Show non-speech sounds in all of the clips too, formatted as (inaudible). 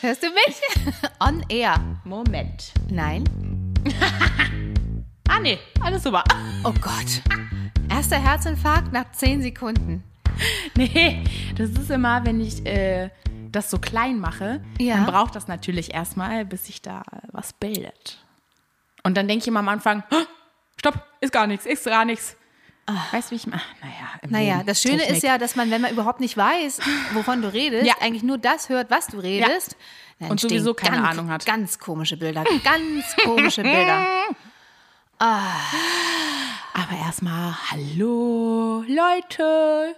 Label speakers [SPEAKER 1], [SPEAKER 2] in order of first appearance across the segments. [SPEAKER 1] Hörst du mich? On air.
[SPEAKER 2] Moment.
[SPEAKER 1] Nein.
[SPEAKER 2] Ah, nee, alles super.
[SPEAKER 1] Oh Gott. Erster Herzinfarkt nach 10 Sekunden.
[SPEAKER 2] (laughs) Nee, das ist immer, wenn ich äh, das so klein mache,
[SPEAKER 1] Ja.
[SPEAKER 2] dann braucht das natürlich erstmal, bis sich da äh, was bildet. Und dann denke ich immer am Anfang, "Hä? stopp, ist gar nichts, ist gar nichts. Weißt du, wie ich meine? Naja, im
[SPEAKER 1] Ah. Naja,
[SPEAKER 2] Leben,
[SPEAKER 1] das Schöne
[SPEAKER 2] Technik.
[SPEAKER 1] ist ja, dass man, wenn man überhaupt nicht weiß, wovon du redest,
[SPEAKER 2] Ja.
[SPEAKER 1] eigentlich nur das hört, was du redest. dann
[SPEAKER 2] Und sowieso
[SPEAKER 1] entstehen
[SPEAKER 2] keine
[SPEAKER 1] ganz,
[SPEAKER 2] Ahnung hat.
[SPEAKER 1] Ganz komische Bilder. Ganz komische Bilder.
[SPEAKER 2] Aber erstmal, hallo, Leute.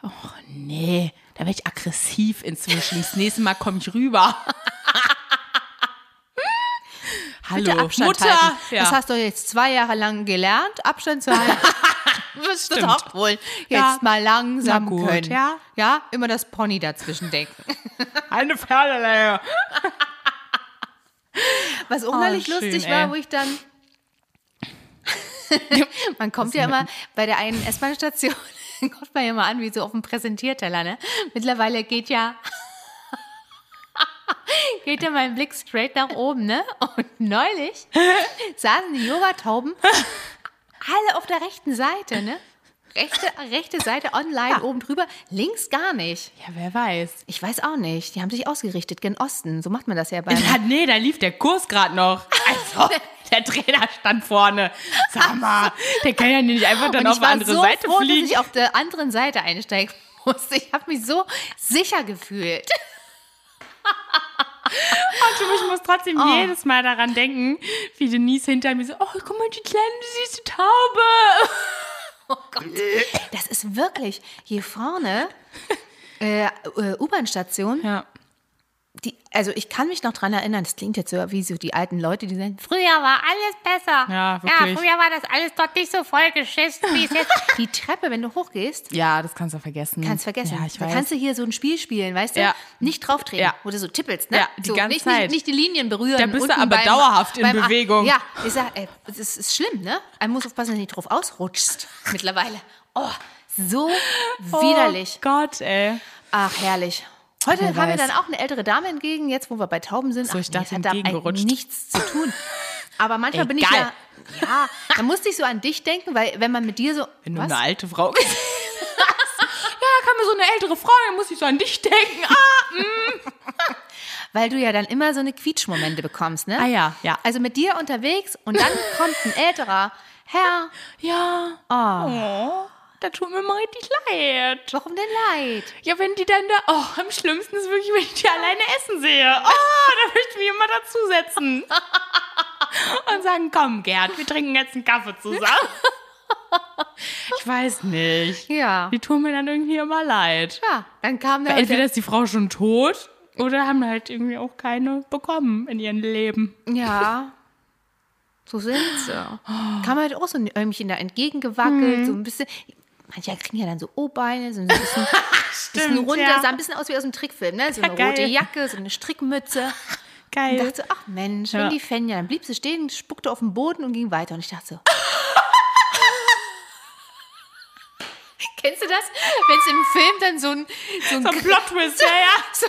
[SPEAKER 1] Hallo.
[SPEAKER 2] Och, nee, da werde ich aggressiv inzwischen. Das nächste Mal komme ich rüber. (laughs) (laughs) hallo,
[SPEAKER 1] Bitte Abstand
[SPEAKER 2] Mutter.
[SPEAKER 1] halten.
[SPEAKER 2] Ja.
[SPEAKER 1] Das hast du jetzt zwei Jahre lang gelernt, Abstand zu halten.
[SPEAKER 2] (laughs)
[SPEAKER 1] Wirst du
[SPEAKER 2] Stimmt.
[SPEAKER 1] doch wohl jetzt
[SPEAKER 2] Ja.
[SPEAKER 1] mal langsam
[SPEAKER 2] Na gut,
[SPEAKER 1] können.
[SPEAKER 2] ja.
[SPEAKER 1] ja, immer das Pony dazwischen denken.
[SPEAKER 2] Eine Pferdelehre.
[SPEAKER 1] Was unheimlich
[SPEAKER 2] Ah, schön,
[SPEAKER 1] lustig war,
[SPEAKER 2] ey.
[SPEAKER 1] wo
[SPEAKER 2] (laughs)
[SPEAKER 1] ich dann. man kommt ja immer bei der einen S-Bahn-Station, (laughs) kommt man ja mal an, wie so auf dem Präsentierteller, ne? Mittlerweile geht ja. (laughs) geht ja mein Blick straight nach oben, ne? Und neulich saßen die Yogatauben alle auf der rechten Seite, ne? Rechte, rechte Seite online, oben drüber, links gar nicht.
[SPEAKER 2] Ja, wer weiß.
[SPEAKER 1] Ich weiß auch nicht. Die haben sich ausgerichtet, gen Osten. So macht man das
[SPEAKER 2] (laughs)
[SPEAKER 1] ja bei.
[SPEAKER 2] Ja, nee, da lief der Kurs gerade noch. Also, (laughs) der Trainer stand vorne. Sag mal, der kann ja nicht einfach dann
[SPEAKER 1] Und
[SPEAKER 2] auf
[SPEAKER 1] ich
[SPEAKER 2] die
[SPEAKER 1] war
[SPEAKER 2] andere
[SPEAKER 1] so
[SPEAKER 2] Seite
[SPEAKER 1] froh,
[SPEAKER 2] fliegen.
[SPEAKER 1] dass ich auf der anderen Seite einsteigen (laughs) musste. Ich habe mich so sicher gefühlt.
[SPEAKER 2] Ich muss trotzdem
[SPEAKER 1] Oh.
[SPEAKER 2] jedes Mal daran denken, wie Denise hinter mir so, oh, guck mal, die kleine süße Taube.
[SPEAKER 1] Oh Gott. Das ist wirklich hier vorne äh, äh, U-Bahn-Station.
[SPEAKER 2] Ja.
[SPEAKER 1] Die, also ich kann mich noch dran erinnern, das klingt jetzt so wie so die alten Leute, die sagen, früher war alles besser.
[SPEAKER 2] Ja, wirklich.
[SPEAKER 1] früher war das alles dort nicht so voll geschissen, wie
[SPEAKER 2] (laughs)
[SPEAKER 1] es jetzt. Die Treppe, wenn du hochgehst,
[SPEAKER 2] Ja, das kannst du vergessen.
[SPEAKER 1] kannst vergessen.
[SPEAKER 2] Hm. Ja, ich
[SPEAKER 1] da
[SPEAKER 2] weiß.
[SPEAKER 1] kannst du hier so ein Spiel spielen, weißt du?
[SPEAKER 2] Ja.
[SPEAKER 1] Nicht drauftreten,
[SPEAKER 2] Ja.
[SPEAKER 1] wo du so tippelst, ne?
[SPEAKER 2] Ja, die
[SPEAKER 1] so,
[SPEAKER 2] ganze
[SPEAKER 1] nicht,
[SPEAKER 2] Zeit.
[SPEAKER 1] Nicht, nicht die Linien berühren.
[SPEAKER 2] Da bist du
[SPEAKER 1] unten
[SPEAKER 2] aber
[SPEAKER 1] beim,
[SPEAKER 2] dauerhaft in
[SPEAKER 1] beim Ach-
[SPEAKER 2] Bewegung.
[SPEAKER 1] Ja, ich sag, ey, das ist, ist schlimm, ne? Man muss aufpassen, dass du nicht drauf ausrutschst (laughs) mittlerweile. Oh, so widerlich.
[SPEAKER 2] Oh Gott, ey.
[SPEAKER 1] Ach, herrlich. Heute
[SPEAKER 2] Wer
[SPEAKER 1] haben
[SPEAKER 2] weiß.
[SPEAKER 1] wir dann auch eine ältere Dame entgegen, jetzt wo wir bei Tauben sind.
[SPEAKER 2] So, ich
[SPEAKER 1] das
[SPEAKER 2] dachte,
[SPEAKER 1] hat da
[SPEAKER 2] entgegengerutscht.
[SPEAKER 1] eigentlich nichts zu tun. Aber manchmal bin ich
[SPEAKER 2] Egal.
[SPEAKER 1] ja. Ja, da musste ich so an dich denken, weil wenn man mit dir so.
[SPEAKER 2] Wenn du
[SPEAKER 1] was?
[SPEAKER 2] eine alte Frau (laughs) bist. ja, kann mir so eine ältere Frau, dann muss ich so an dich denken. Ah,
[SPEAKER 1] Weil du ja dann immer so eine Quietschmomente bekommst, ne?
[SPEAKER 2] Ah ja, ja.
[SPEAKER 1] Also mit dir unterwegs
[SPEAKER 2] (laughs)
[SPEAKER 1] und dann kommt ein älterer Herr.
[SPEAKER 2] ja.
[SPEAKER 1] Ah.
[SPEAKER 2] Oh. Da tut mir mal richtig leid.
[SPEAKER 1] Warum denn leid?
[SPEAKER 2] Ja, wenn die dann da, oh, am schlimmsten ist wirklich, wenn ich die alleine essen sehe. Oh, da möchte ich mich immer dazusetzen. Und sagen, komm, Gerd, wir trinken jetzt einen Kaffee zusammen.
[SPEAKER 1] (laughs)
[SPEAKER 2] Ich weiß nicht.
[SPEAKER 1] Ja.
[SPEAKER 2] Die tun mir dann irgendwie immer leid.
[SPEAKER 1] Ja, dann kam der.
[SPEAKER 2] Entweder ist die Frau schon tot oder haben halt irgendwie auch keine bekommen in ihrem Leben.
[SPEAKER 1] Ja. So sind sie.
[SPEAKER 2] Oh.
[SPEAKER 1] Kam halt auch so ein Ömchen da entgegengewackelt,
[SPEAKER 2] Mhm.
[SPEAKER 1] so ein bisschen. Manche kriegen ja dann so O-Beine, so ein
[SPEAKER 2] (laughs)
[SPEAKER 1] bisschen, bisschen runter,
[SPEAKER 2] ja.
[SPEAKER 1] sah ein bisschen aus wie aus einem Trickfilm, ne? So
[SPEAKER 2] Ja,
[SPEAKER 1] eine
[SPEAKER 2] geil.
[SPEAKER 1] rote Jacke, so eine Strickmütze. Und
[SPEAKER 2] Geil.
[SPEAKER 1] dachte so, ach Mensch,
[SPEAKER 2] Ja.
[SPEAKER 1] wenn die Fenja. Dann blieb sie stehen, spuckte auf den Boden und ging weiter. Und ich dachte so. (laughs) Kennst du das? Wenn es im Film dann so ein, so ein,
[SPEAKER 2] So ein Plot-Twist, ja, ja.
[SPEAKER 1] (laughs) so,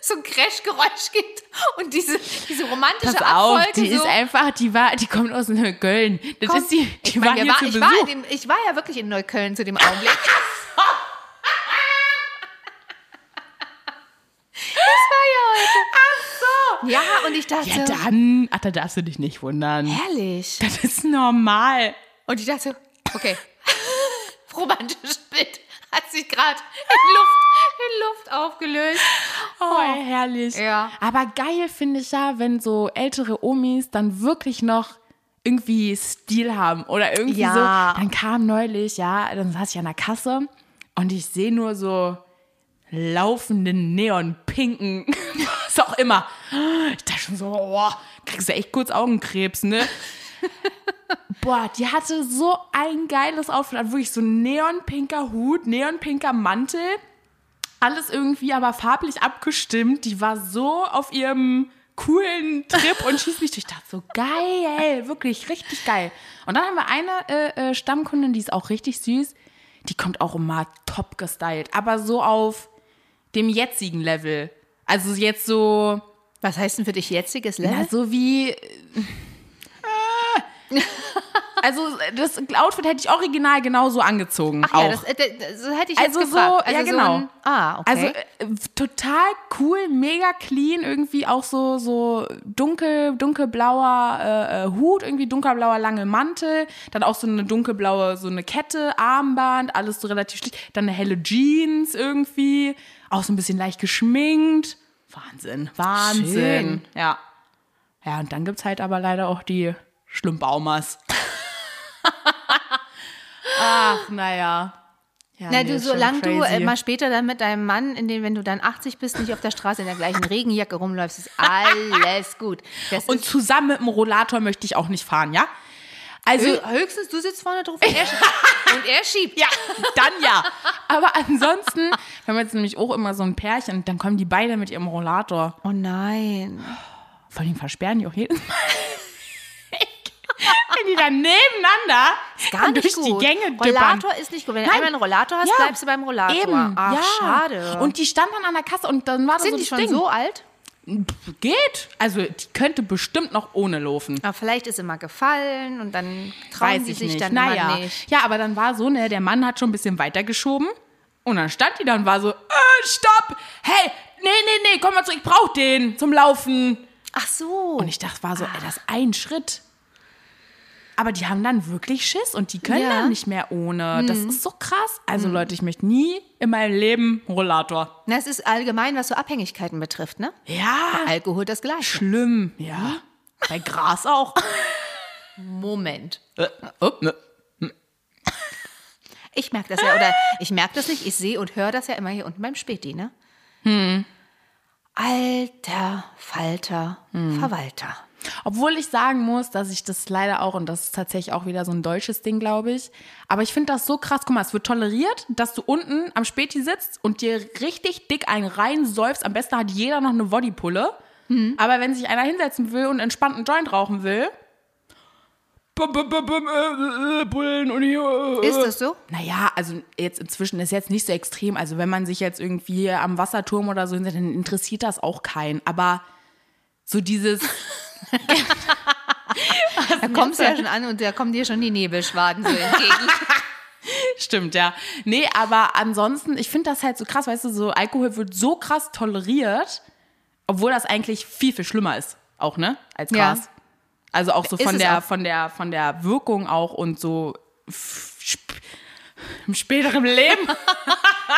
[SPEAKER 1] so ein Crashgeräusch gibt und diese, diese romantische
[SPEAKER 2] Pass auf,
[SPEAKER 1] Abfolge.
[SPEAKER 2] die
[SPEAKER 1] so,
[SPEAKER 2] ist einfach, die war, die kommt aus Neukölln. Das
[SPEAKER 1] komm,
[SPEAKER 2] ist die, die
[SPEAKER 1] ich, meine,
[SPEAKER 2] war hier
[SPEAKER 1] wir war,
[SPEAKER 2] zu
[SPEAKER 1] ich,
[SPEAKER 2] Besuch.
[SPEAKER 1] war in dem, ich war ja wirklich in Neukölln zu dem Augenblick. das war ja heute. Ach so. Ja, und ich dachte,
[SPEAKER 2] ja, dann, ach, da darfst du dich nicht wundern.
[SPEAKER 1] herrlich.
[SPEAKER 2] Das ist normal.
[SPEAKER 1] Und ich dachte, okay, (laughs) romantisches Bild hat sich gerade in Luft, in Luft aufgelöst.
[SPEAKER 2] Oh, herrlich.
[SPEAKER 1] Ja.
[SPEAKER 2] Aber geil finde ich ja, wenn so ältere Omis dann wirklich noch irgendwie Stil haben oder irgendwie
[SPEAKER 1] Ja.
[SPEAKER 2] so. Dann kam neulich, ja, dann saß ich an der Kasse und ich sehe nur so laufenden neonpinken, (laughs) was auch immer. Ich dachte schon so, boah, kriegst du echt kurz Augenkrebs,
[SPEAKER 1] (laughs)
[SPEAKER 2] ne? Boah, die hatte so ein geiles Outfit, an, wirklich so ein neonpinker Hut, neonpinker Mantel, alles irgendwie aber farblich abgestimmt. Die war so auf ihrem coolen Trip und schieß mich durch. Ich dachte so, geil, wirklich richtig geil. Und dann haben wir eine äh, äh, Stammkundin, die ist auch richtig süß. Die kommt auch immer top gestylt, aber so auf dem jetzigen Level. Also jetzt so,
[SPEAKER 1] Was heißt denn für dich jetziges
[SPEAKER 2] na,
[SPEAKER 1] Level?
[SPEAKER 2] so
[SPEAKER 1] (laughs)
[SPEAKER 2] wie. äh, also das Outfit hätte ich original genauso angezogen.
[SPEAKER 1] ja,
[SPEAKER 2] auch.
[SPEAKER 1] das, äh, das, das hätte ich jetzt
[SPEAKER 2] Also so,
[SPEAKER 1] gefragt.
[SPEAKER 2] ja, genau.
[SPEAKER 1] ein, ah, okay.
[SPEAKER 2] Also äh, total cool, mega clean, irgendwie auch so so dunkel, dunkelblauer äh, äh, Hut, irgendwie dunkelblauer lange Mantel, dann auch so eine dunkelblaue so eine Kette, Armband, alles so relativ schlicht, dann eine helle Jeans irgendwie, auch so ein bisschen leicht geschminkt. Wahnsinn, Wahnsinn.
[SPEAKER 1] Schön.
[SPEAKER 2] Ja. Ja, und dann gibt's halt aber leider auch die
[SPEAKER 1] (laughs)
[SPEAKER 2] Schlumpaumers. Ach, naja. Ja,
[SPEAKER 1] Na,
[SPEAKER 2] nee,
[SPEAKER 1] du,
[SPEAKER 2] ist schon
[SPEAKER 1] solange du äh,
[SPEAKER 2] crazy.
[SPEAKER 1] mal später dann mit deinem Mann, in dem, wenn du dann 80 bist, nicht auf der Straße in der gleichen Regenjacke rumläufst, ist alles gut. Das
[SPEAKER 2] Und
[SPEAKER 1] ist
[SPEAKER 2] zusammen mit dem Rollator möchte ich auch nicht fahren, ja? Also,
[SPEAKER 1] hö- höchstens, du sitzt vorne drauf und er (laughs) schiebt. und er schiebt.
[SPEAKER 2] ja, dann ja. Aber ansonsten, wir haben jetzt nämlich auch immer so ein Pärchen, dann kommen die beide mit ihrem Rollator.
[SPEAKER 1] Oh nein.
[SPEAKER 2] Vor allem versperren die auch jedes Mal. Wenn die dann nebeneinander
[SPEAKER 1] Gar nicht
[SPEAKER 2] durch
[SPEAKER 1] gut.
[SPEAKER 2] die Gänge dippern.
[SPEAKER 1] Rollator ist nicht gut. Wenn du
[SPEAKER 2] Nein.
[SPEAKER 1] einmal einen Rollator hast,
[SPEAKER 2] Ja,
[SPEAKER 1] bleibst du beim Rollator.
[SPEAKER 2] Eben,
[SPEAKER 1] Ach,
[SPEAKER 2] ja.
[SPEAKER 1] schade.
[SPEAKER 2] Und die stand dann an der Kasse und dann war da
[SPEAKER 1] sind
[SPEAKER 2] so
[SPEAKER 1] die
[SPEAKER 2] das
[SPEAKER 1] schon
[SPEAKER 2] Ding.
[SPEAKER 1] so alt?
[SPEAKER 2] Geht. Also, die könnte bestimmt noch ohne laufen.
[SPEAKER 1] Aber vielleicht ist sie mal gefallen und dann trauen
[SPEAKER 2] Weiß
[SPEAKER 1] sie
[SPEAKER 2] ich
[SPEAKER 1] sich
[SPEAKER 2] nicht.
[SPEAKER 1] dann
[SPEAKER 2] naja.
[SPEAKER 1] mal nicht.
[SPEAKER 2] Ja, aber dann war so, ne, der Mann hat schon ein bisschen weitergeschoben und dann stand die dann war so, äh, stopp, hey, nee, nee, nee, komm mal zurück, ich brauch den zum Laufen.
[SPEAKER 1] Ach so.
[SPEAKER 2] Und ich dachte, war so, ey, das ist ein Schritt. Aber die haben dann wirklich Schiss und die können
[SPEAKER 1] Ja. Mhm.
[SPEAKER 2] dann nicht mehr ohne. Das ist so krass. Also Leute, ich möchte nie in meinem Leben einen Rollator.
[SPEAKER 1] Na, es ist allgemein, was so Abhängigkeiten betrifft, ne?
[SPEAKER 2] Ja,
[SPEAKER 1] Alkohol das gleiche.
[SPEAKER 2] schlimm. Ja, bei Gras
[SPEAKER 1] (laughs)
[SPEAKER 2] auch.
[SPEAKER 1] Moment.
[SPEAKER 2] Äh,
[SPEAKER 1] oh,
[SPEAKER 2] up, ne.
[SPEAKER 1] Ich merke das ja, oder
[SPEAKER 2] Ah.
[SPEAKER 1] ich merke das nicht, ich sehe und höre das ja immer hier unten beim Späti, ne?
[SPEAKER 2] Hm.
[SPEAKER 1] Alter Falter
[SPEAKER 2] Hm.
[SPEAKER 1] Verwalter.
[SPEAKER 2] Obwohl ich sagen muss, dass ich das leider auch, und das ist tatsächlich auch wieder so ein deutsches Ding, glaube ich. Aber ich finde das so krass. Guck mal, es wird toleriert, dass du unten am Späti sitzt und dir richtig dick einen reinsäufst. Am besten hat jeder noch eine Bodypulle. Aber wenn sich einer hinsetzen will und entspannt einen Joint rauchen will. bum, bum, bum, bum, äh, äh, Bullen und hier. äh, äh.
[SPEAKER 1] Ist das
[SPEAKER 2] (laughs)
[SPEAKER 1] so?
[SPEAKER 2] Naja, also jetzt inzwischen ist jetzt nicht so extrem. Also wenn man sich jetzt irgendwie am Wasserturm oder so hinsetzt, dann interessiert das auch keinen. Aber so dieses.
[SPEAKER 1] Da kommst du ja schon an und da kommen dir schon die Nebelschwaden
[SPEAKER 2] (laughs)
[SPEAKER 1] so entgegen.
[SPEAKER 2] Stimmt, ja. Nee, aber ansonsten, ich finde das halt so krass, weißt du, so Alkohol wird so krass toleriert, obwohl das eigentlich viel, viel schlimmer ist, auch, ne? Als
[SPEAKER 1] Ja.
[SPEAKER 2] Gras. Also auch so
[SPEAKER 1] Ist
[SPEAKER 2] von
[SPEAKER 1] es
[SPEAKER 2] der,
[SPEAKER 1] auch.
[SPEAKER 2] von der, von der Wirkung auch und so f- sp im späteren
[SPEAKER 1] (laughs)
[SPEAKER 2] Leben.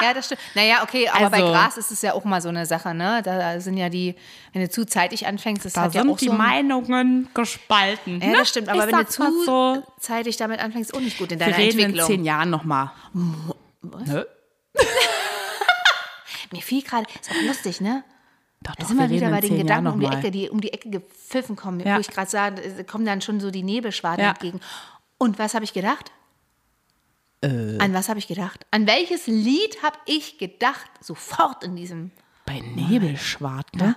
[SPEAKER 1] Ja, das stimmt. Naja, okay, aber bei
[SPEAKER 2] Also-
[SPEAKER 1] Gras ist es ja auch mal so eine Sache, ne? Da sind ja die, wenn du zu zeitig anfängst, das
[SPEAKER 2] Da
[SPEAKER 1] hat ja
[SPEAKER 2] sind
[SPEAKER 1] auch
[SPEAKER 2] die
[SPEAKER 1] so ein-
[SPEAKER 2] Meinungen gespalten.
[SPEAKER 1] Ja,
[SPEAKER 2] ne?
[SPEAKER 1] das stimmt,
[SPEAKER 2] Ich
[SPEAKER 1] aber wenn du
[SPEAKER 2] sag's mal
[SPEAKER 1] zu
[SPEAKER 2] so,
[SPEAKER 1] zeitig damit anfängst, ist auch nicht gut in
[SPEAKER 2] wir
[SPEAKER 1] deiner
[SPEAKER 2] reden in
[SPEAKER 1] Entwicklung.
[SPEAKER 2] zehn Jahren nochmal. Was? Ne?
[SPEAKER 1] Mir fiel gerade, ist auch lustig, ne?
[SPEAKER 2] Doch,
[SPEAKER 1] Da
[SPEAKER 2] doch,
[SPEAKER 1] sind wir
[SPEAKER 2] reden
[SPEAKER 1] wieder
[SPEAKER 2] in
[SPEAKER 1] bei den
[SPEAKER 2] zehn Jahren
[SPEAKER 1] Gedanken um die
[SPEAKER 2] nochmal.
[SPEAKER 1] Ecke, die um die Ecke gepfiffen kommen,
[SPEAKER 2] Ja.
[SPEAKER 1] wo ich gerade sah, äh, kommen dann schon so die Nebelschwaden
[SPEAKER 2] Ja.
[SPEAKER 1] entgegen. Und was habe ich gedacht?
[SPEAKER 2] Äh.
[SPEAKER 1] An was habe ich gedacht? An welches Lied habe ich gedacht? Sofort in diesem.
[SPEAKER 2] Bei Nebelschwarten. ne?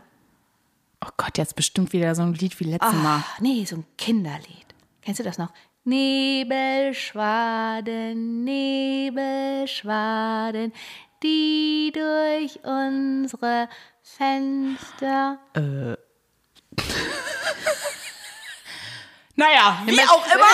[SPEAKER 2] Oh Gott, jetzt bestimmt wieder so ein Lied wie letztes Mal.
[SPEAKER 1] Ach, Ah, nee, so ein Kinderlied. Kennst du das noch? Nebelschwaden, Nebelschwaden, die durch unsere Fenster.
[SPEAKER 2] Naja, wie auch immer.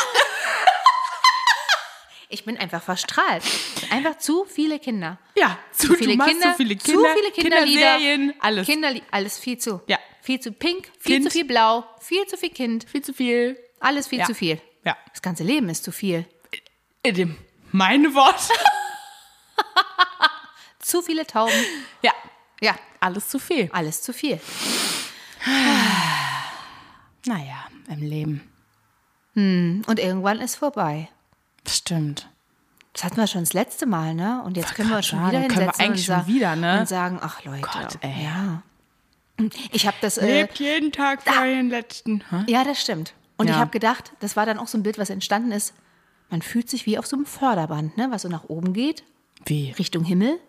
[SPEAKER 1] Ich bin einfach verstrahlt. Einfach zu viele Kinder.
[SPEAKER 2] Ja, zu
[SPEAKER 1] viele
[SPEAKER 2] machst
[SPEAKER 1] Kinder,
[SPEAKER 2] zu viele Kinder,
[SPEAKER 1] zu viele Kinderlieder,
[SPEAKER 2] Kinderserien, alles.
[SPEAKER 1] Kinderli alles viel zu.
[SPEAKER 2] Ja.
[SPEAKER 1] Viel zu pink, viel
[SPEAKER 2] Kind.
[SPEAKER 1] zu viel blau, viel zu viel Kind,
[SPEAKER 2] viel zu viel.
[SPEAKER 1] alles viel
[SPEAKER 2] Ja.
[SPEAKER 1] zu viel.
[SPEAKER 2] Ja.
[SPEAKER 1] Das ganze Leben ist zu viel.
[SPEAKER 2] In dem meine Worte.
[SPEAKER 1] Zu viele Tauben.
[SPEAKER 2] (laughs)
[SPEAKER 1] (laughs)
[SPEAKER 2] Ja,
[SPEAKER 1] Ja,
[SPEAKER 2] alles zu viel.
[SPEAKER 1] alles zu viel.
[SPEAKER 2] Naja, im Leben.
[SPEAKER 1] Und irgendwann ist vorbei.
[SPEAKER 2] Stimmt.
[SPEAKER 1] Das hatten wir schon das letzte Mal, ne? Und jetzt
[SPEAKER 2] Wollte
[SPEAKER 1] können wir
[SPEAKER 2] grad
[SPEAKER 1] schon
[SPEAKER 2] sagen,
[SPEAKER 1] wieder
[SPEAKER 2] können wir
[SPEAKER 1] hinsetzen
[SPEAKER 2] eigentlich
[SPEAKER 1] und,
[SPEAKER 2] schon wieder, ne?
[SPEAKER 1] und sagen, ach Leute.
[SPEAKER 2] Gott, ey.
[SPEAKER 1] Ja. Ich habe das äh,
[SPEAKER 2] jeden Tag vor den letzten. Hä?
[SPEAKER 1] Ja, das stimmt. Und ich
[SPEAKER 2] Ja.
[SPEAKER 1] habe gedacht, das war dann auch so ein Bild, was entstanden ist. Man fühlt sich wie auf so einem Förderband, ne? was so nach oben geht,
[SPEAKER 2] Wie?
[SPEAKER 1] Richtung Himmel,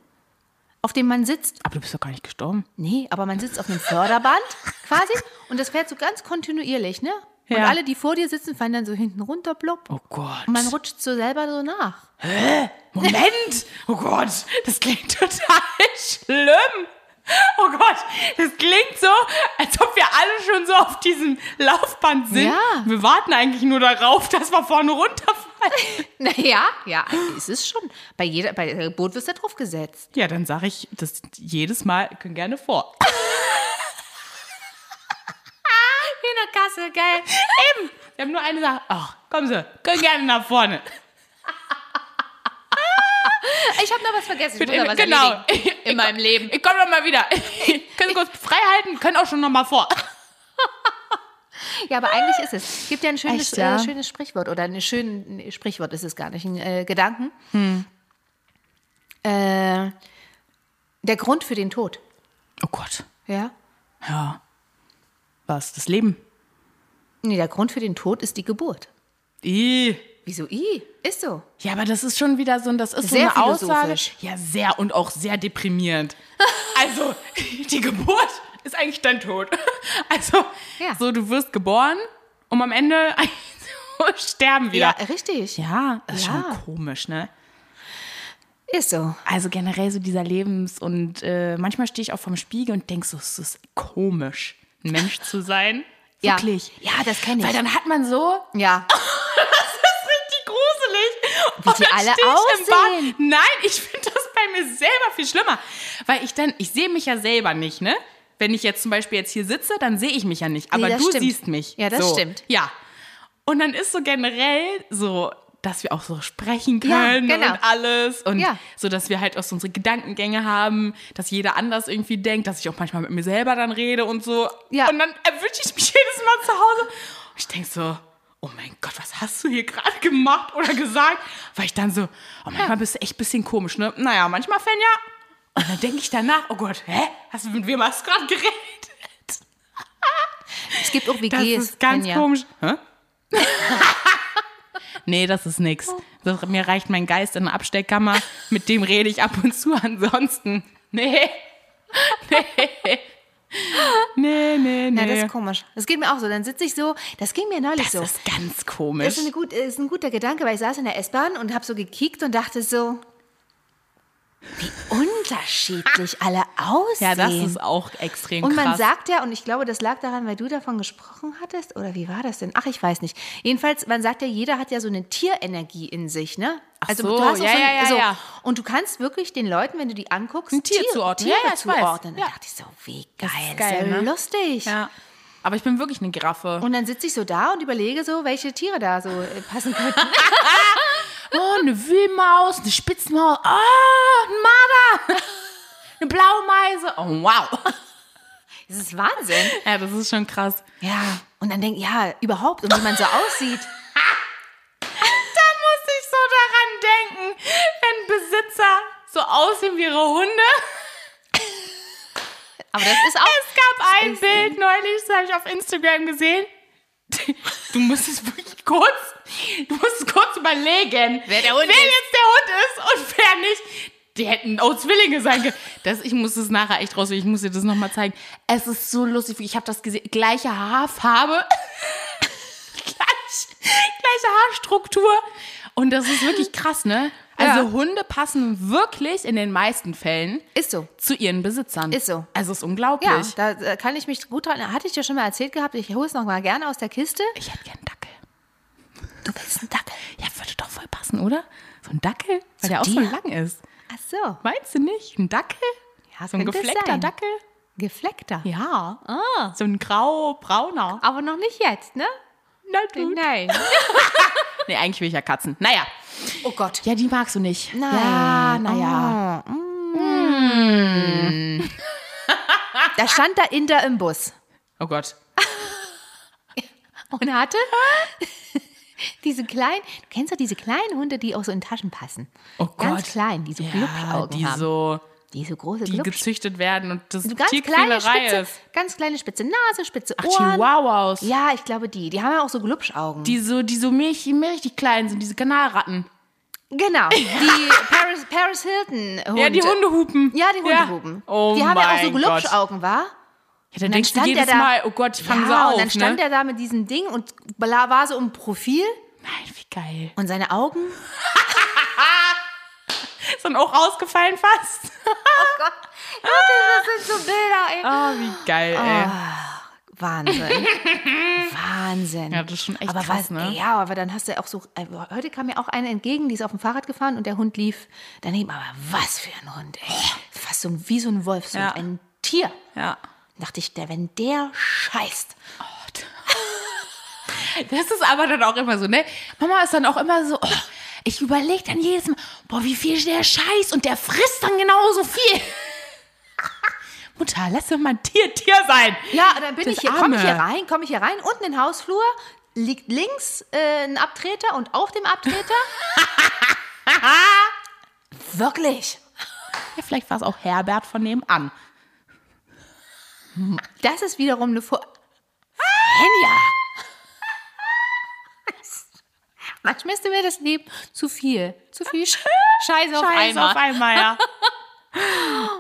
[SPEAKER 1] auf dem man sitzt.
[SPEAKER 2] Aber du bist doch gar nicht gestorben.
[SPEAKER 1] Nee, aber man sitzt auf
[SPEAKER 2] (laughs)
[SPEAKER 1] einem Förderband quasi und das fährt so ganz kontinuierlich. ne? Und
[SPEAKER 2] Ja.
[SPEAKER 1] alle, die vor dir sitzen, fallen dann so hinten runter, blopp.
[SPEAKER 2] Oh Gott.
[SPEAKER 1] Und man rutscht so selber so nach.
[SPEAKER 2] Moment! Oh Gott, das klingt total (laughs) schlimm. Oh Gott, das klingt so, als ob wir alle schon so auf diesem Laufband sind.
[SPEAKER 1] Ja.
[SPEAKER 2] Wir warten eigentlich nur darauf, dass wir vorne runterfallen.
[SPEAKER 1] Naja, ja, ist es schon. Bei jeder, bei Boot wirst du drauf gesetzt.
[SPEAKER 2] Ja, dann sage ich das jedes Mal, können gerne vor.
[SPEAKER 1] Wie in der Kasse, geil.
[SPEAKER 2] Eben, wir haben nur eine Sache. Ach, kommen Sie, können gerne nach vorne.
[SPEAKER 1] Ich habe noch was vergessen. Ich muss noch was
[SPEAKER 2] genau.
[SPEAKER 1] erledigen. In meinem Leben.
[SPEAKER 2] Ich komme nochmal
[SPEAKER 1] (laughs)
[SPEAKER 2] wieder. können Sie kurz frei halten, können auch schon nochmal vor.
[SPEAKER 1] Ja, aber eigentlich ist es. Es gibt ja ein schönes,
[SPEAKER 2] Echt, ja?
[SPEAKER 1] äh, schönes Sprichwort oder ein schönes nee, Sprichwort ist es gar nicht, ein äh, Gedanken. Äh, der Grund für den Tod.
[SPEAKER 2] Oh Gott.
[SPEAKER 1] Ja.
[SPEAKER 2] Ja. Was? Das Leben?
[SPEAKER 1] Nee, der Grund für den Tod ist die Geburt.
[SPEAKER 2] Ih.
[SPEAKER 1] Wieso I? Ist so.
[SPEAKER 2] Ja, aber das ist schon wieder so, ein- das ist
[SPEAKER 1] Sehr
[SPEAKER 2] so eine Aussage.
[SPEAKER 1] philosophisch.
[SPEAKER 2] Ja, sehr und auch sehr
[SPEAKER 1] (laughs)
[SPEAKER 2] deprimierend. Also, die Geburt ist eigentlich dein Tod. (laughs) Also,
[SPEAKER 1] Ja.
[SPEAKER 2] so du wirst geboren, um am Ende (laughs) sterben wieder.
[SPEAKER 1] richtig.
[SPEAKER 2] Ja, das ist
[SPEAKER 1] Ja.
[SPEAKER 2] schon komisch, ne?
[SPEAKER 1] Ist so.
[SPEAKER 2] Also generell so dieser Lebens- und äh, manchmal stehe ich auch vorm Spiegel und denke so, es ist komisch, ein Mensch zu sein.
[SPEAKER 1] Ja.
[SPEAKER 2] Wirklich.
[SPEAKER 1] Ja, das kenn ich.
[SPEAKER 2] Weil dann hat man so
[SPEAKER 1] Ja.
[SPEAKER 2] richtig gruselig.
[SPEAKER 1] Wie die
[SPEAKER 2] dann
[SPEAKER 1] alle
[SPEAKER 2] steh ich im
[SPEAKER 1] aussehen.
[SPEAKER 2] Bad. Nein, ich finde das bei mir selber viel schlimmer. Weil ich dann, ich sehe mich ja selber nicht, ne? Wenn ich jetzt zum Beispiel jetzt hier sitze, dann sehe ich mich ja nicht. Aber
[SPEAKER 1] das
[SPEAKER 2] du
[SPEAKER 1] stimmt.
[SPEAKER 2] siehst mich.
[SPEAKER 1] Ja, das
[SPEAKER 2] so.
[SPEAKER 1] stimmt.
[SPEAKER 2] Ja. Und dann ist so generell so, dass wir auch so sprechen
[SPEAKER 1] Ja,
[SPEAKER 2] können
[SPEAKER 1] genau.
[SPEAKER 2] und alles. Und
[SPEAKER 1] Ja.
[SPEAKER 2] so, dass wir halt auch so unsere Gedankengänge haben, dass jeder anders irgendwie denkt, dass ich auch manchmal mit mir selber dann rede und so.
[SPEAKER 1] Ja.
[SPEAKER 2] Und dann erwische ich mich jedes Mal zu Hause. Und ich denke so, oh mein Gott, was hast du hier gerade gemacht oder gesagt? Weil ich dann so, oh manchmal bist du echt ein bisschen komisch, ne? Naja, manchmal Fan ja. Und dann denke ich danach, oh Gott, hä? Hast du mit wem hast du gerade geredet?
[SPEAKER 1] Es gibt auch
[SPEAKER 2] Das
[SPEAKER 1] WGs.
[SPEAKER 2] ist ganz
[SPEAKER 1] Anja.
[SPEAKER 2] komisch. Hä? (laughs) nee, das ist nix. Das, mir reicht mein Geist in eine Absteckkammer. Mit dem rede ich ab und zu. Ansonsten, nee. (laughs) Nee. Nee, nee, nee.
[SPEAKER 1] Ja, das ist komisch. Das geht mir auch so. Dann sitze ich so, das ging mir neulich so.
[SPEAKER 2] Das ist ganz komissch.
[SPEAKER 1] Das ist, eine gut, ist ein guter Gedanke, weil ich saß in der S-Bahn und habe so gekickt und dachte so, wie unterschiedlich alle aussehen.
[SPEAKER 2] ja, das ist auch extrem
[SPEAKER 1] und man
[SPEAKER 2] krass.
[SPEAKER 1] sagt ja, und ich glaube, das lag daran, weil du davon gesprochen hattest, oder wie war das denn? Ach, ich weiß nicht. Jedenfalls, man sagt ja, jeder hat ja so eine Tierenergie in sich, ne?
[SPEAKER 2] Ach so, ja,
[SPEAKER 1] ein-
[SPEAKER 2] ja, ja, ja.
[SPEAKER 1] Und du kannst wirklich den Leuten, wenn du die anguckst,
[SPEAKER 2] Ein Tier
[SPEAKER 1] Tiere-
[SPEAKER 2] zuordnen.
[SPEAKER 1] Tiere
[SPEAKER 2] Ja, ja, ich weiß.
[SPEAKER 1] zuordnen.
[SPEAKER 2] Ja.
[SPEAKER 1] Da dachte ich so, wie geil,
[SPEAKER 2] Das ist
[SPEAKER 1] das ist
[SPEAKER 2] geil,
[SPEAKER 1] ja
[SPEAKER 2] ne?
[SPEAKER 1] lustig.
[SPEAKER 2] ja. Aber ich bin wirklich eine Giraffe.
[SPEAKER 1] Und dann sitze ich so da und überlege so, welche Tiere da so äh, passen
[SPEAKER 2] (laughs)
[SPEAKER 1] könnten.
[SPEAKER 2] Oh, eine Wühlmaus, eine Spitzmaus. Ah, ein (laughs) Marder. Eine Blaumeise. Oh, wow.
[SPEAKER 1] Das ist Wahnsinn.
[SPEAKER 2] Ja, das ist schon krass.
[SPEAKER 1] Ja, und dann denkt, ja, überhaupt, und wie man so aussieht.
[SPEAKER 2] muss ich so daran denken, wenn Besitzer so aussehen wie ihre Hunde.
[SPEAKER 1] Aber das ist auch.
[SPEAKER 2] Es gab ein
[SPEAKER 1] ist-
[SPEAKER 2] Bild neulich, das habe ich auf Instagram gesehen. Du musst es wirklich kurz, du musst es kurz überlegen,
[SPEAKER 1] Wer der Hund
[SPEAKER 2] wer
[SPEAKER 1] ist.
[SPEAKER 2] jetzt der Hund ist und wer nicht. Die hätten auch Zwillinge sein können. Das, ich muss es nachher echt raus, ich muss dir das nochmal zeigen. Es ist so lustig, ich habe das gesehen. Gleiche Haarfarbe. (laughs) gleich, gleiche Haarstruktur. Und das ist wirklich krass, ne? Also
[SPEAKER 1] Ja.
[SPEAKER 2] Hunde passen wirklich in den meisten Fällen
[SPEAKER 1] Ist so.
[SPEAKER 2] zu ihren Besitzern.
[SPEAKER 1] Ist so.
[SPEAKER 2] Also es ist
[SPEAKER 1] Ja,
[SPEAKER 2] unglaublich.
[SPEAKER 1] da äh, kann ich mich gut dran. Hatte ich dir schon mal erzählt gehabt, ich hole es nochmal gerne aus der Kiste.
[SPEAKER 2] Ich hätte gern einen Dackel.
[SPEAKER 1] Du willst einen Dackel.
[SPEAKER 2] Ja, würde doch voll passen, oder? So ein Dackel, weil
[SPEAKER 1] Zu
[SPEAKER 2] der auch so
[SPEAKER 1] dir?
[SPEAKER 2] lang ist.
[SPEAKER 1] Ach so.
[SPEAKER 2] Meinst du nicht? Ein Dackel?
[SPEAKER 1] Ja,
[SPEAKER 2] so ein
[SPEAKER 1] könnte
[SPEAKER 2] gefleckter
[SPEAKER 1] sein.
[SPEAKER 2] Dackel?
[SPEAKER 1] Gefleckter.
[SPEAKER 2] Ja. So ein grau-brauner.
[SPEAKER 1] Aber noch nicht jetzt, ne?
[SPEAKER 2] Na du.
[SPEAKER 1] Nein.
[SPEAKER 2] Nee, eigentlich will ich ja Katzen. Naja.
[SPEAKER 1] Oh Gott.
[SPEAKER 2] Ja, die magst du nicht.
[SPEAKER 1] Nein.
[SPEAKER 2] Ja, naja.
[SPEAKER 1] Oh, mm. Da stand da Inder im Bus
[SPEAKER 2] Oh Gott. (laughs)
[SPEAKER 1] und hatte diese kleinen, du kennst doch diese kleinen Hunde, die auch so in Taschen passen.
[SPEAKER 2] Oh
[SPEAKER 1] Ganz
[SPEAKER 2] Gott.
[SPEAKER 1] klein, die so
[SPEAKER 2] Ja,
[SPEAKER 1] Glubschaugen
[SPEAKER 2] die
[SPEAKER 1] haben.
[SPEAKER 2] so,
[SPEAKER 1] Die so große
[SPEAKER 2] die
[SPEAKER 1] Glubsch-
[SPEAKER 2] gezüchtet werden und das
[SPEAKER 1] So ganz kleine
[SPEAKER 2] Tierquälerei
[SPEAKER 1] spitze,
[SPEAKER 2] ist.
[SPEAKER 1] ganz kleine spitze Nase, spitze
[SPEAKER 2] Ach,
[SPEAKER 1] Ohren.
[SPEAKER 2] Chihuahuas.
[SPEAKER 1] Ja, ich glaube die. Die haben ja auch so Glubschaugen.
[SPEAKER 2] Die so, die so milchig, milchig klein sind, diese Kanalratten. (laughs)
[SPEAKER 1] genau. Die Paris, Paris Hilton Hunde.
[SPEAKER 2] äh, Ja, die Hundehupen.
[SPEAKER 1] Ja, die Hundehuben.
[SPEAKER 2] Oh
[SPEAKER 1] die haben ja auch so
[SPEAKER 2] mein Gott.
[SPEAKER 1] Glubschaugen, war?
[SPEAKER 2] Ja, dann
[SPEAKER 1] dann
[SPEAKER 2] denkst du
[SPEAKER 1] stand
[SPEAKER 2] jedes
[SPEAKER 1] er da-
[SPEAKER 2] Mal, oh Gott, ich fange
[SPEAKER 1] ja,
[SPEAKER 2] so auf.
[SPEAKER 1] und dann stand
[SPEAKER 2] ne?
[SPEAKER 1] er da mit diesem Ding und bla- war so im Profil
[SPEAKER 2] Nein, wie geil.
[SPEAKER 1] (laughs) und seine Augen.
[SPEAKER 2] Ist dann auch rausgefallen fast.
[SPEAKER 1] Gott, das sind so
[SPEAKER 2] Oh, wie (laughs) geil,
[SPEAKER 1] Ah.
[SPEAKER 2] ey. (laughs)
[SPEAKER 1] Wahnsinn. Wahnsinn.
[SPEAKER 2] Ja, das ist schon echt
[SPEAKER 1] aber
[SPEAKER 2] krass,
[SPEAKER 1] was,
[SPEAKER 2] ne?
[SPEAKER 1] Ja, aber dann hast du ja auch so, äh, heute kam mir auch eine entgegen, die ist auf dem Fahrrad gefahren und der Hund lief daneben. Aber was für ein Hund, ey. Fast so ein, wie so ein Wolf, so
[SPEAKER 2] Ja.
[SPEAKER 1] ein Tier.
[SPEAKER 2] Ja.
[SPEAKER 1] Dachte ich, der, wenn der scheißt.
[SPEAKER 2] Das ist aber dann auch immer so, ne? Mama ist dann auch immer so, oh, ich überlege dann jedes Mal, boah, wie viel der scheißt und der frisst dann genauso viel. (laughs) Mutter, lass doch mal ein Tier Tier sein.
[SPEAKER 1] Ja, und dann bin
[SPEAKER 2] Das
[SPEAKER 1] ich hier, komme ich hier
[SPEAKER 2] Arme.
[SPEAKER 1] rein, komme ich hier rein, unten in den Hausflur liegt links äh, ein Abtreter und auf dem
[SPEAKER 2] (laughs)
[SPEAKER 1] Abtreter. Wirklich.
[SPEAKER 2] Ja, vielleicht war es auch Herbert von nebenan.
[SPEAKER 1] Das ist wiederum eine Vor. Henja! Manchmal ist mir das Leben zu viel. Zu viel Sch Scheiße auf
[SPEAKER 2] Scheiße,
[SPEAKER 1] einmal.
[SPEAKER 2] auf einmal,
[SPEAKER 1] (laughs)
[SPEAKER 2] ja.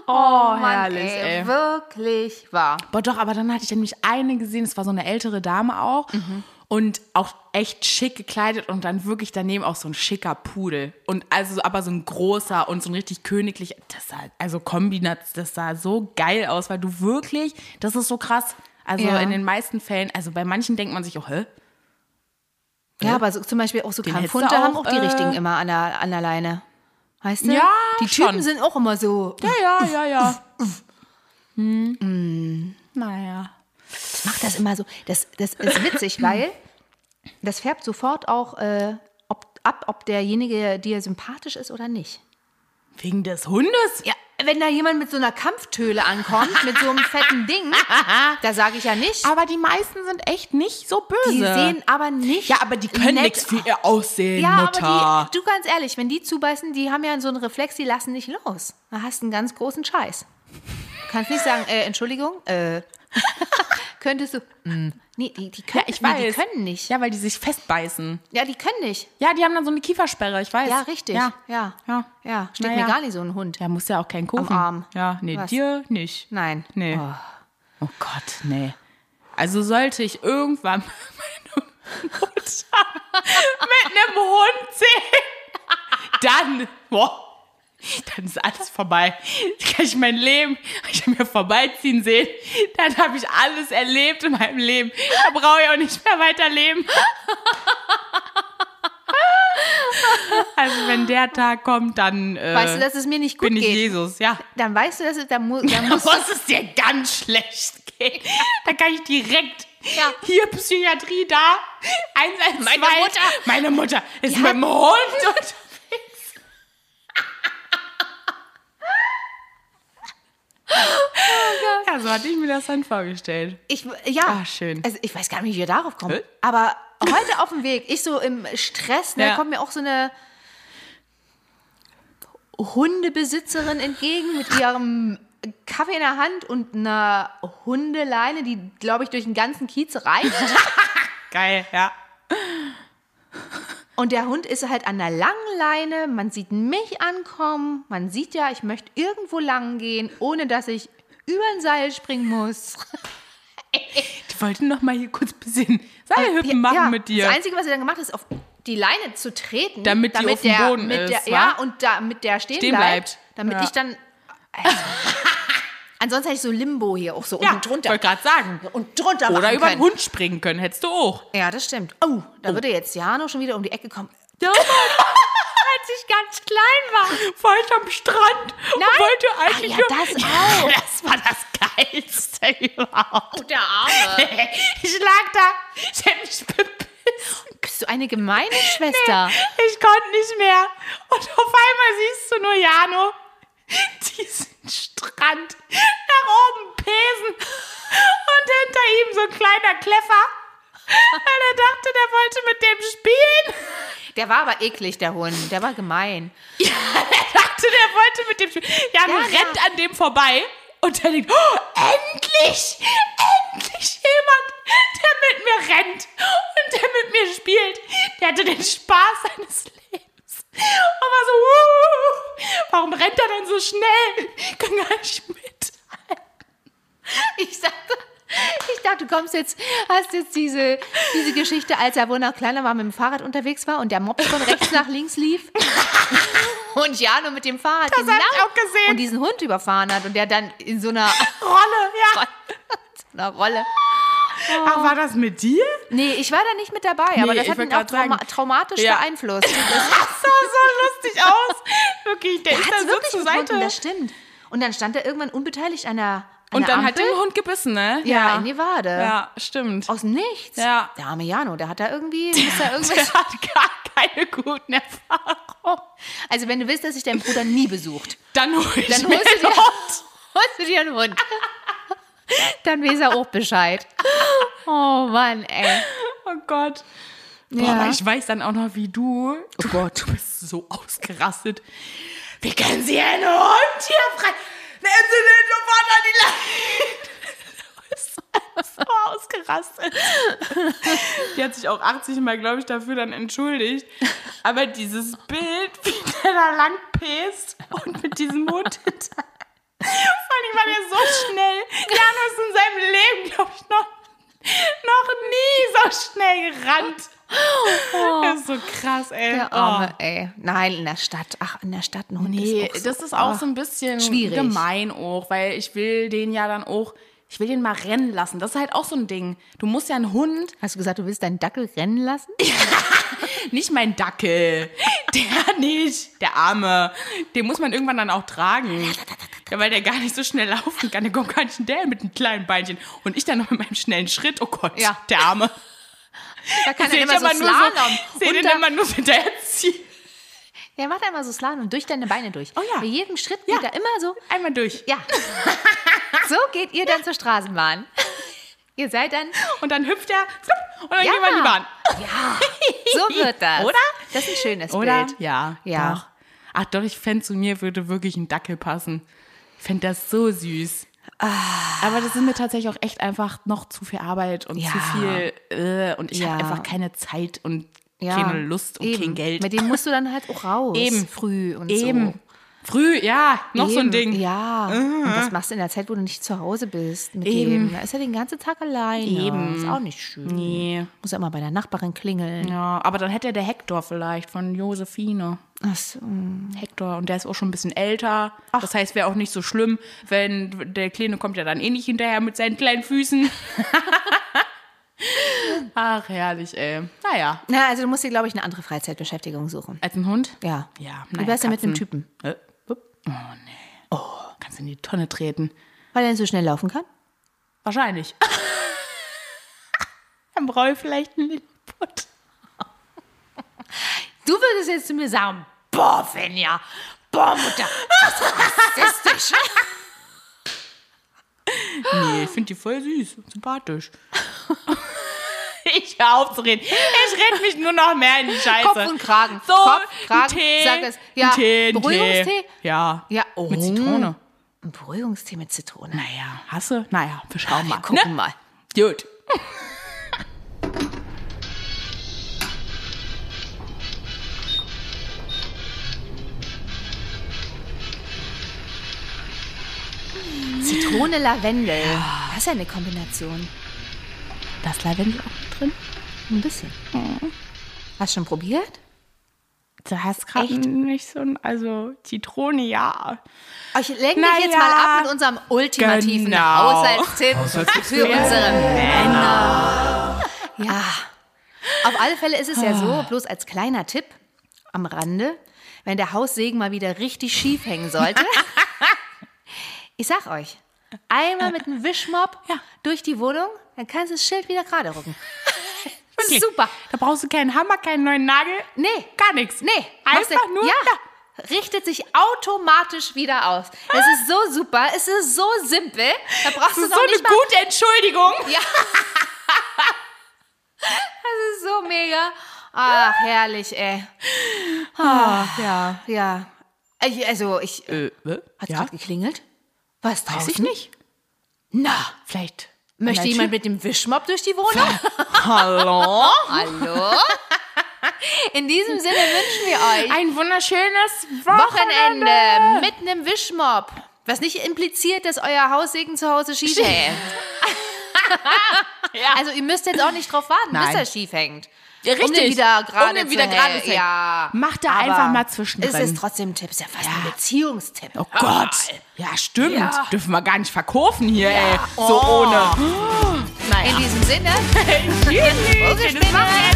[SPEAKER 1] oh,
[SPEAKER 2] herrlich, ey.
[SPEAKER 1] Wirklich wahr.
[SPEAKER 2] Boah, doch, aber dann hatte ich nämlich eine gesehen, es war so eine ältere Dame auch. Und auch echt schick gekleidet und dann wirklich daneben auch so ein schicker Pudel. Und also, so- aber so ein großer und so ein richtig königlich. Das sah, also Kombinats, das sah so geil aus, weil du wirklich, das ist so krass. Also
[SPEAKER 1] Ja.
[SPEAKER 2] in den meisten Fällen, also bei manchen denkt man sich, oh, hä?
[SPEAKER 1] Ja, aber so, zum Beispiel auch so
[SPEAKER 2] hättest du
[SPEAKER 1] Kampfhunde haben
[SPEAKER 2] auch,
[SPEAKER 1] auch die
[SPEAKER 2] äh,
[SPEAKER 1] richtigen immer an der, an der Leine. Weißt du?
[SPEAKER 2] Ja,
[SPEAKER 1] Die Typen
[SPEAKER 2] schon.
[SPEAKER 1] sind auch immer so.
[SPEAKER 2] Ja, ja, ja, ja. hm. Naja.
[SPEAKER 1] Ich mach das immer so. Das, das ist witzig, weil das färbt sofort auch äh, ob, ab, ob derjenige dir sympathisch ist oder nicht.
[SPEAKER 2] Wegen des Hundes?
[SPEAKER 1] Ja, wenn da jemand mit so einer Kampftöle ankommt, mit so einem fetten (laughs) Ding, da sage ich ja nicht.
[SPEAKER 2] Aber die meisten sind echt nicht so böse.
[SPEAKER 1] die sehen aber nicht.
[SPEAKER 2] ja, aber die können
[SPEAKER 1] nett
[SPEAKER 2] nichts für ihr Aussehen,
[SPEAKER 1] Ja,
[SPEAKER 2] Mutter.
[SPEAKER 1] aber die, du ganz ehrlich, wenn die zubeißen, die haben ja so einen Reflex, die lassen nicht los. Da hast du einen ganz großen Scheiß. Du kannst nicht sagen, äh, Entschuldigung, äh, (laughs) könntest du. Mm. Nee, die, die können,
[SPEAKER 2] Ich
[SPEAKER 1] Nee, die
[SPEAKER 2] weiß.
[SPEAKER 1] können nicht.
[SPEAKER 2] Ja, weil die sich festbeißen.
[SPEAKER 1] Ja, die können nicht.
[SPEAKER 2] Ja, die haben dann so eine Kiefersperre, ich weiß.
[SPEAKER 1] Ja, richtig.
[SPEAKER 2] Ja.
[SPEAKER 1] Ja, ja.
[SPEAKER 2] Ja.
[SPEAKER 1] Steht
[SPEAKER 2] Na
[SPEAKER 1] mir
[SPEAKER 2] ja.
[SPEAKER 1] gar nicht so ein Hund.
[SPEAKER 2] Ja, muss ja auch kein Kuchen.
[SPEAKER 1] Am Arm.
[SPEAKER 2] Ja, nee,
[SPEAKER 1] Was?
[SPEAKER 2] dir nicht.
[SPEAKER 1] Nein.
[SPEAKER 2] Nee.
[SPEAKER 1] Oh.
[SPEAKER 2] Oh Gott, nee. Also sollte ich irgendwann meine Mutter (laughs) mit einem Hund sehen, dann, boah, dann ist alles vorbei. Dann kann ich mein Leben hab ich mir vorbeiziehen sehen. Dann habe ich alles erlebt in meinem Leben. Da brauche ich auch nicht mehr weiterleben. (laughs) Also wenn der Tag kommt, dann äh,
[SPEAKER 1] Weißt du, dass es mir nicht gut
[SPEAKER 2] bin ich
[SPEAKER 1] geht?
[SPEAKER 2] Jesus, ja.
[SPEAKER 1] Dann weißt du, dass es, da, mu da
[SPEAKER 2] Da
[SPEAKER 1] musst
[SPEAKER 2] muss es dir ganz schlecht gehen. Da kann ich direkt
[SPEAKER 1] Ja.
[SPEAKER 2] hier Psychiatrie da. 112.
[SPEAKER 1] Meine Mutter.
[SPEAKER 2] Meine Mutter ist
[SPEAKER 1] Die
[SPEAKER 2] mit
[SPEAKER 1] hat-
[SPEAKER 2] dem Hund unterwegs. Ja, so hatte ich mir das dann vorgestellt.
[SPEAKER 1] Ich, ja.
[SPEAKER 2] Ah, schön.
[SPEAKER 1] Also ich weiß gar nicht, wie wir darauf kommen.
[SPEAKER 2] Hä?
[SPEAKER 1] Aber heute auf dem Weg, ich so im Stress, ne,
[SPEAKER 2] Ja.
[SPEAKER 1] kommt mir auch so eine Hundebesitzerin entgegen mit ihrem Kaffee in der Hand und einer Hundeleine, die, glaube ich, durch den ganzen Kiez reicht.
[SPEAKER 2] Geil, ja.
[SPEAKER 1] Und der Hund ist halt an der langen Leine, man sieht mich ankommen, man sieht ja, ich möchte irgendwo lang gehen, ohne dass ich über ein Seil springen muss.
[SPEAKER 2] Die wollten noch mal hier kurz ein bisschen Seilhüppen machen
[SPEAKER 1] Äh, Ja,
[SPEAKER 2] mit dir.
[SPEAKER 1] Das Einzige, was sie dann gemacht hat, ist auf die Leine zu treten.
[SPEAKER 2] Damit die auf dem
[SPEAKER 1] der,
[SPEAKER 2] Boden
[SPEAKER 1] mit
[SPEAKER 2] ist,
[SPEAKER 1] Der, ja,
[SPEAKER 2] wa?
[SPEAKER 1] und damit der stehen,
[SPEAKER 2] Stehen bleibt.
[SPEAKER 1] bleibt. Damit
[SPEAKER 2] Ja.
[SPEAKER 1] ich dann... Also, (laughs) ansonsten hätte ich so Limbo hier auch so
[SPEAKER 2] ja,
[SPEAKER 1] unten drunter.
[SPEAKER 2] wollte gerade sagen.
[SPEAKER 1] Und drunter
[SPEAKER 2] Oder
[SPEAKER 1] machen
[SPEAKER 2] über den
[SPEAKER 1] können.
[SPEAKER 2] Hund springen können, hättest du auch.
[SPEAKER 1] Ja, das stimmt. Oh, da würde jetzt Jano schon wieder um die Ecke kommen.
[SPEAKER 2] Ja,
[SPEAKER 1] Als ich ganz klein war.
[SPEAKER 2] war ich am Strand
[SPEAKER 1] Nein.
[SPEAKER 2] und wollte
[SPEAKER 1] Ach
[SPEAKER 2] eigentlich
[SPEAKER 1] ja,
[SPEAKER 2] nur- (laughs)
[SPEAKER 1] das auch.
[SPEAKER 2] Das war das Geilste (laughs) überhaupt.
[SPEAKER 1] Oh, der Arme.
[SPEAKER 2] Ich lag da, ich hab mich bepisst.
[SPEAKER 1] Bist du eine gemeine Schwester?
[SPEAKER 2] Ich konnte nicht mehr. Und auf einmal siehst du nur Jano diesen Strand nach oben pesen. Und hinter ihm so ein kleiner Kleffer. Weil er dachte, der wollte mit dem spielen.
[SPEAKER 1] Der war aber eklig, der Hund. Der war gemein.
[SPEAKER 2] (laughs) Er dachte, der wollte mit dem spielen. Jano
[SPEAKER 1] Ja, ja.
[SPEAKER 2] rennt an dem vorbei. Und er denkt, oh, endlich, endlich jemand, der mit mir rennt und der mit mir spielt. Der hatte den Spaß seines Lebens. Und war so, "Wuhu, warum rennt er denn so schnell? Ich Kann gar nicht mit.
[SPEAKER 1] (laughs) Ich dachte, ich dachte, du kommst jetzt, hast jetzt diese, diese Geschichte, als er wohl noch kleiner war, mit dem Fahrrad unterwegs war und der Mops von rechts nach links lief. (laughs) und Jano mit dem Fahrrad
[SPEAKER 2] Das hab ich auch gesehen.
[SPEAKER 1] und diesen Hund überfahren hat und der dann in so einer, (laughs)
[SPEAKER 2] Rolle, ja.
[SPEAKER 1] so einer Rolle.
[SPEAKER 2] Ach, war das mit dir?
[SPEAKER 1] Nee, ich war da nicht mit dabei, aber
[SPEAKER 2] Nee,
[SPEAKER 1] das
[SPEAKER 2] ich
[SPEAKER 1] hat
[SPEAKER 2] wollt
[SPEAKER 1] ihn auch
[SPEAKER 2] grad sagen.
[SPEAKER 1] trauma traumatisch
[SPEAKER 2] Ja.
[SPEAKER 1] beeinflusst. Das
[SPEAKER 2] Das sah so lustig aus. Wirklich, der, ist
[SPEAKER 1] hat
[SPEAKER 2] da
[SPEAKER 1] es
[SPEAKER 2] so
[SPEAKER 1] wirklich
[SPEAKER 2] zur
[SPEAKER 1] gefunden,
[SPEAKER 2] Seite.
[SPEAKER 1] das stimmt. Und dann stand er irgendwann unbeteiligt an der an
[SPEAKER 2] Und
[SPEAKER 1] der
[SPEAKER 2] dann hat
[SPEAKER 1] Ampel.
[SPEAKER 2] den Hund gebissen, ne?
[SPEAKER 1] ja, in die Wade.
[SPEAKER 2] Ja, stimmt.
[SPEAKER 1] Aus dem Nichts.
[SPEAKER 2] Ja.
[SPEAKER 1] Der arme Jano, der hat da irgendwie, ist
[SPEAKER 2] (laughs)
[SPEAKER 1] da irgendwas
[SPEAKER 2] Der hat gar keine guten Erfahrungen.
[SPEAKER 1] Also wenn du willst, dass sich dein Bruder
[SPEAKER 2] (laughs)
[SPEAKER 1] nie besucht,
[SPEAKER 2] Dann hol ich
[SPEAKER 1] dann
[SPEAKER 2] mir
[SPEAKER 1] holst du dir,
[SPEAKER 2] einen Hund.
[SPEAKER 1] holst du dir einen Hund. (laughs) Dann weiß er auch Bescheid. Oh Mann, ey.
[SPEAKER 2] Oh Gott. Boah,
[SPEAKER 1] Ja.
[SPEAKER 2] aber ich weiß dann auch noch, wie du. Du, du bist so ausgerastet. Wie können Sie einen Hund hier frei? Nehmen Sie den sofort an die Leine. (laughs) Du bist so- so ausgerastet. Die hat sich auch 80 Mal, glaube ich, dafür dann entschuldigt. Aber dieses Bild, wie der da lang pisst und mit diesem Hund hinter. Vor allem war der so schnell. Jan ist in seinem Leben, glaube ich, noch, noch nie so schnell gerannt. Das ist so krass, ey.
[SPEAKER 1] Oh.
[SPEAKER 2] Oh.
[SPEAKER 1] Der Arme, ey. Nein, in der Stadt. Ach, in der Stadt ein Hund
[SPEAKER 2] Nee,
[SPEAKER 1] ist auch so. Ah.
[SPEAKER 2] das ist auch so ein bisschen
[SPEAKER 1] schwierig.
[SPEAKER 2] gemein auch, weil ich will den ja dann auch, ich will den mal rennen lassen. Das ist halt auch so ein Ding. Du musst ja einen Hund,
[SPEAKER 1] Hast du gesagt, du willst deinen Dackel rennen
[SPEAKER 2] (laughs)
[SPEAKER 1] lassen?
[SPEAKER 2] nicht mein Dackel, der nicht, der Arme, den muss man irgendwann dann auch tragen. Ja, weil der gar nicht so schnell laufen kann. Der kommt gar nicht hinterher mit einem kleinen Beinchen. Und ich dann noch mit meinem schnellen Schritt, oh Gott,
[SPEAKER 1] Ja.
[SPEAKER 2] der Arme.
[SPEAKER 1] Da kann
[SPEAKER 2] Seh
[SPEAKER 1] er
[SPEAKER 2] ich
[SPEAKER 1] immer so
[SPEAKER 2] aber nur (laughs)
[SPEAKER 1] Slalom.
[SPEAKER 2] so, seh den
[SPEAKER 1] unter-
[SPEAKER 2] immer nur so hinterherziehen.
[SPEAKER 1] der macht immer so Slalom durch deine Beine durch.
[SPEAKER 2] Oh ja.
[SPEAKER 1] Bei jedem Schritt
[SPEAKER 2] Ja.
[SPEAKER 1] geht er immer so.
[SPEAKER 2] Einmal durch.
[SPEAKER 1] Ja. (laughs) so geht ihr dann
[SPEAKER 2] (laughs)
[SPEAKER 1] zur Straßenbahn. ihr seid dann
[SPEAKER 2] Und dann hüpft er, flupp, und dann
[SPEAKER 1] Ja.
[SPEAKER 2] gehen wir in die Bahn.
[SPEAKER 1] Ja, (laughs) so wird das.
[SPEAKER 2] Oder?
[SPEAKER 1] Das ist ein schönes
[SPEAKER 2] Oder?
[SPEAKER 1] Bild.
[SPEAKER 2] Ja,
[SPEAKER 1] Ja.
[SPEAKER 2] Doch. Ach doch, ich fände zu mir würde wirklich ein Dackel passen. Ich fände das so süß.
[SPEAKER 1] Ah.
[SPEAKER 2] Aber das sind mir tatsächlich auch echt einfach noch zu viel Arbeit und
[SPEAKER 1] Ja.
[SPEAKER 2] zu viel. Äh, und ich
[SPEAKER 1] Ja.
[SPEAKER 2] habe einfach keine Zeit und
[SPEAKER 1] Ja,
[SPEAKER 2] keine Lust und
[SPEAKER 1] eben.
[SPEAKER 2] kein Geld.
[SPEAKER 1] Mit dem musst du dann halt auch raus.
[SPEAKER 2] Eben.
[SPEAKER 1] Früh und
[SPEAKER 2] Eben. Früh, ja,
[SPEAKER 1] so.
[SPEAKER 2] noch so ein
[SPEAKER 1] Eben.
[SPEAKER 2] Ding.
[SPEAKER 1] Ja. Und was machst du in der Zeit, wo du nicht zu Hause bist mit
[SPEAKER 2] Eben.
[SPEAKER 1] dem? Da ist er den ganzen Tag alleine.
[SPEAKER 2] Eben.
[SPEAKER 1] Ist auch nicht schön.
[SPEAKER 2] Nee.
[SPEAKER 1] Muss ja immer bei der Nachbarin klingeln.
[SPEAKER 2] Ja, aber dann hätte er der Hector vielleicht von Josephine.
[SPEAKER 1] Ach so.
[SPEAKER 2] Hector. Und der ist auch schon ein bisschen älter. Das heißt, wäre auch nicht so schlimm, wenn der Kleine kommt ja dann eh nicht hinterher mit seinen kleinen
[SPEAKER 1] (laughs)
[SPEAKER 2] Füßen. Ach, herrlich, ey. Naja.
[SPEAKER 1] Na, also du musst dir, glaube ich, eine andere Freizeitbeschäftigung suchen.
[SPEAKER 2] Als ein Hund?
[SPEAKER 1] Ja.
[SPEAKER 2] Ja,
[SPEAKER 1] Wie
[SPEAKER 2] naja,
[SPEAKER 1] wär's denn mit einem
[SPEAKER 2] Katzen.
[SPEAKER 1] Typen?
[SPEAKER 2] Äh, upp. Oh, nee. Oh, kannst in die Tonne treten.
[SPEAKER 1] Weil er nicht so schnell laufen kann?
[SPEAKER 2] Wahrscheinlich. (laughs) dann brauche ich vielleicht einen Lilliput.
[SPEAKER 1] Du würdest jetzt zu mir sagen, boah, Finja, boah, Mutter, das ist rassistisch. (laughs)
[SPEAKER 2] Nee, ich finde die voll süß und sympathisch. (laughs) ich hör auf zu reden. Ich rede mich nur noch mehr in die Scheiße.
[SPEAKER 1] Kopf und Kragen.
[SPEAKER 2] So,
[SPEAKER 1] Kopf,
[SPEAKER 2] ein
[SPEAKER 1] Kragen,
[SPEAKER 2] Tee,
[SPEAKER 1] sag es. Ja,
[SPEAKER 2] ein Tee, ein
[SPEAKER 1] Beruhigungstee?
[SPEAKER 2] Tee. Ja.
[SPEAKER 1] Ja, oh.
[SPEAKER 2] Mit Zitrone.
[SPEAKER 1] Mm. Ein Beruhigungstee mit Zitrone.
[SPEAKER 2] Naja, hasse? Naja, wir schauen mal.
[SPEAKER 1] Wir gucken
[SPEAKER 2] ne?
[SPEAKER 1] mal.
[SPEAKER 2] Gut.
[SPEAKER 1] Zitrone, Lavendel. Das ist ja eine Kombination.
[SPEAKER 2] Das Lavendel auch mit drin?
[SPEAKER 1] Ein bisschen.
[SPEAKER 2] Mhm.
[SPEAKER 1] Hast du schon probiert?
[SPEAKER 2] Du hast gerade
[SPEAKER 1] Echt?
[SPEAKER 2] nicht so ein, also Zitrone, ja.
[SPEAKER 1] Ich lenke
[SPEAKER 2] Na
[SPEAKER 1] dich jetzt
[SPEAKER 2] ja.
[SPEAKER 1] mal ab mit unserem ultimativen
[SPEAKER 2] Genau.
[SPEAKER 1] Haushaltstipp für unsere Männer. Ja, auf alle Fälle ist es ja
[SPEAKER 2] Ah.
[SPEAKER 1] so, bloß als kleiner Tipp am Rande, wenn der Haussegen mal wieder richtig schief
[SPEAKER 2] (laughs)
[SPEAKER 1] hängen sollte. ich sag euch, einmal mit einem Wischmopp
[SPEAKER 2] Ja.
[SPEAKER 1] durch die Wohnung, dann kannst du das Schild wieder
[SPEAKER 2] (laughs)
[SPEAKER 1] gerade rücken. Das ist super.
[SPEAKER 2] Da brauchst du keinen Hammer, keinen neuen Nagel.
[SPEAKER 1] Nee.
[SPEAKER 2] Gar nichts.
[SPEAKER 1] Nee, machst
[SPEAKER 2] Einfach
[SPEAKER 1] du-
[SPEAKER 2] nur.
[SPEAKER 1] Ja,
[SPEAKER 2] Ja.
[SPEAKER 1] richtet sich automatisch wieder aus. Es ist so super, es ist so simpel. Da brauchst du
[SPEAKER 2] Das ist
[SPEAKER 1] noch
[SPEAKER 2] so eine
[SPEAKER 1] nicht mal.
[SPEAKER 2] gute Entschuldigung.
[SPEAKER 1] Das ist so mega. Ach, herrlich, ey.
[SPEAKER 2] Ach, ja.
[SPEAKER 1] Ja. Ich- Also, ich.
[SPEAKER 2] Ah. Äh, äh,
[SPEAKER 1] Hat's
[SPEAKER 2] ja.
[SPEAKER 1] gerade geklingelt? Was draußen?
[SPEAKER 2] Weiß ich nicht.
[SPEAKER 1] Na,
[SPEAKER 2] Vielleicht.
[SPEAKER 1] möchte jemand mit dem Wischmopp durch die
[SPEAKER 2] (laughs)
[SPEAKER 1] Wohnung? (laughs)
[SPEAKER 2] Hallo?
[SPEAKER 1] Hallo? In diesem Sinne wünschen wir euch
[SPEAKER 2] Ein wunderschönes Wochenende.
[SPEAKER 1] Wochenende mit einem Wischmopp. Was nicht impliziert, dass euer Haussegen zu Hause schief hängt.
[SPEAKER 2] (laughs) Ja.
[SPEAKER 1] Also ihr müsst jetzt auch nicht drauf warten,
[SPEAKER 2] Nein.
[SPEAKER 1] bis er schief hängt.
[SPEAKER 2] Ja,
[SPEAKER 1] Um
[SPEAKER 2] richtig.
[SPEAKER 1] den wieder
[SPEAKER 2] Um
[SPEAKER 1] gerade
[SPEAKER 2] den wieder
[SPEAKER 1] zu
[SPEAKER 2] gerade
[SPEAKER 1] hängen.
[SPEAKER 2] zu hängen.
[SPEAKER 1] Ja.
[SPEAKER 2] Mach da
[SPEAKER 1] Aber
[SPEAKER 2] einfach mal zwischendrin.
[SPEAKER 1] Es ist trotzdem ein Tipp, es ist ja fast ein Beziehungstipp.
[SPEAKER 2] Oh Gott. Ja, stimmt.
[SPEAKER 1] Ja. Oh.
[SPEAKER 2] Dürfen wir gar nicht verkaufen hier, ey. So ohne.
[SPEAKER 1] (laughs) In diesem Sinne,
[SPEAKER 2] (laughs) Tschüss.
[SPEAKER 1] Vogelspinne.